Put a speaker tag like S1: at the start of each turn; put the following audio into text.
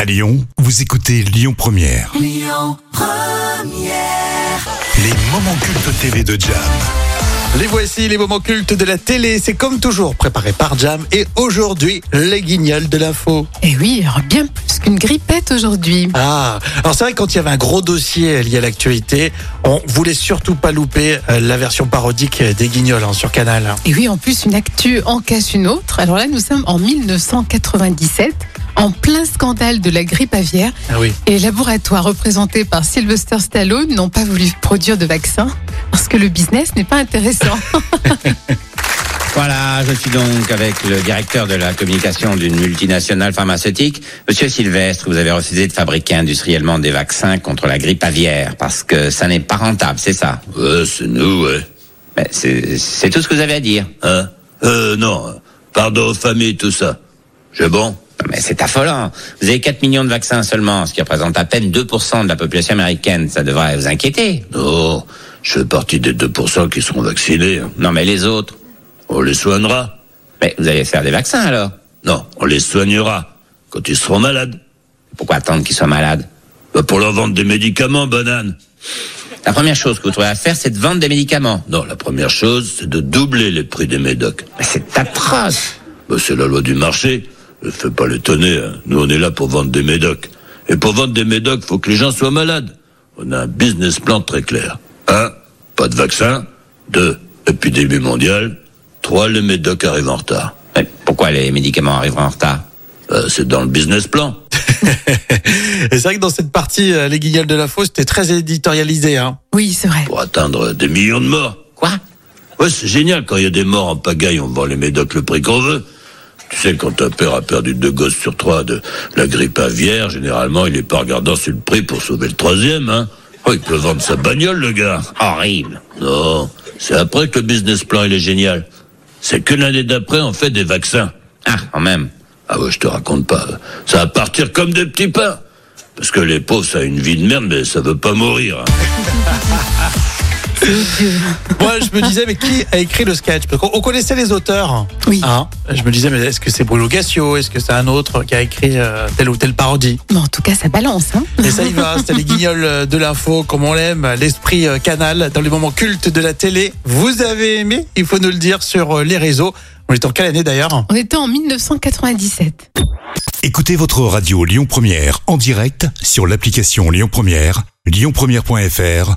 S1: À Lyon, vous écoutez Lyon Première. Les moments cultes TV de Jam.
S2: Les voici, les moments cultes de la télé. C'est comme toujours préparé par Jam. Et aujourd'hui, les guignols de l'info.
S3: Et Eh oui, alors bien plus qu'une grippette aujourd'hui.
S2: Ah, alors c'est vrai que quand il y avait un gros dossier lié à l'actualité, on voulait surtout pas louper euh, la version parodique des guignols hein, sur Canal.
S3: Et oui, en plus, une actu en cache une autre. Alors là, nous sommes en 1997, en plein scandale de la grippe aviaire.
S2: Ah oui.
S3: Et les laboratoires représentés par Sylvester Stallone n'ont pas voulu produire de vaccin parce que le business n'est pas intéressant.
S4: Voilà, je suis donc avec le directeur de la communication d'une multinationale pharmaceutique. Monsieur Sylvestre, vous avez refusé de fabriquer industriellement des vaccins contre la grippe aviaire parce que ça n'est pas rentable, c'est ça
S5: Ouais, Euh, c'est nous, ouais.
S4: Mais C'est c'est tout ce que vous avez à dire.
S5: Hein Euh, non. euh, Pardon aux familles, tout ça. C'est bon
S4: Non, Mais c'est affolant. Vous avez 4 millions de vaccins seulement, ce qui représente à peine 2% de la population américaine. Ça devrait vous inquiéter.
S5: Non, je fais partie des 2% qui seront vaccinés. hein.
S4: Non, mais les autres
S5: On les soignera
S4: Mais vous allez faire des vaccins alors
S5: Non, on les soignera quand ils seront malades.
S4: Pourquoi attendre qu'ils soient malades
S5: Bah, pour leur vendre des médicaments, banane.
S4: La première chose que vous trouvez à faire, c'est de vendre des médicaments.
S5: Non, la première chose, c'est de doubler les prix des médocs.
S4: Mais c'est atroce
S5: Bah, c'est la loi du marché. Ne fais pas l'étonner, hein. nous on est là pour vendre des médocs. Et pour vendre des médocs, faut que les gens soient malades. On a un business plan très clair. Un, pas de vaccin. Deux, épidémie mondiale. Trois, le médoc arrive en retard.
S4: Mais pourquoi les médicaments arriveront en retard
S5: Euh, c'est dans le business plan.
S2: Et c'est vrai que dans cette partie, euh, les guignols de l'info, c'était très éditorialisé. Hein.
S3: Oui, c'est vrai.
S5: Pour atteindre des millions de morts.
S4: Quoi
S5: Ouais, c'est génial, quand il y a des morts en pagaille, on vend les médocs le prix qu'on veut. Tu sais, quand un père a perdu deux gosses sur trois de la grippe aviaire, généralement, il est pas regardant sur le prix pour sauver le troisième, hein. Oh, il peut vendre sa bagnole, le gars.
S4: Horrible.
S5: Non, c'est après que le business plan, il est génial. C'est que l'année d'après, on fait des vaccins.
S4: Ah, quand même.
S5: Ah ouais, je te raconte pas. Ça va partir comme des petits pains. Parce que les pauvres, ça a une vie de merde, mais ça veut pas mourir. hein.
S2: Moi, je me disais, mais qui a écrit le sketch Parce qu'on on connaissait les auteurs.
S3: Oui.
S2: Hein. je me disais, mais est-ce que c'est Bruno Gassio Est-ce que c'est un autre qui a écrit euh, telle ou telle parodie
S3: Mais en tout cas, ça balance. Hein
S2: Et ça y va, c'était les guignols euh, de l'info, comme on l'aime, l'esprit euh, canal dans les moments cultes de la télé. Vous avez aimé, il faut nous le dire sur euh, les réseaux. On est en quelle année d'ailleurs
S3: On était en 1997.
S1: Écoutez votre radio Lyon Première en direct sur l'application Lyon Première, lyonpremière.fr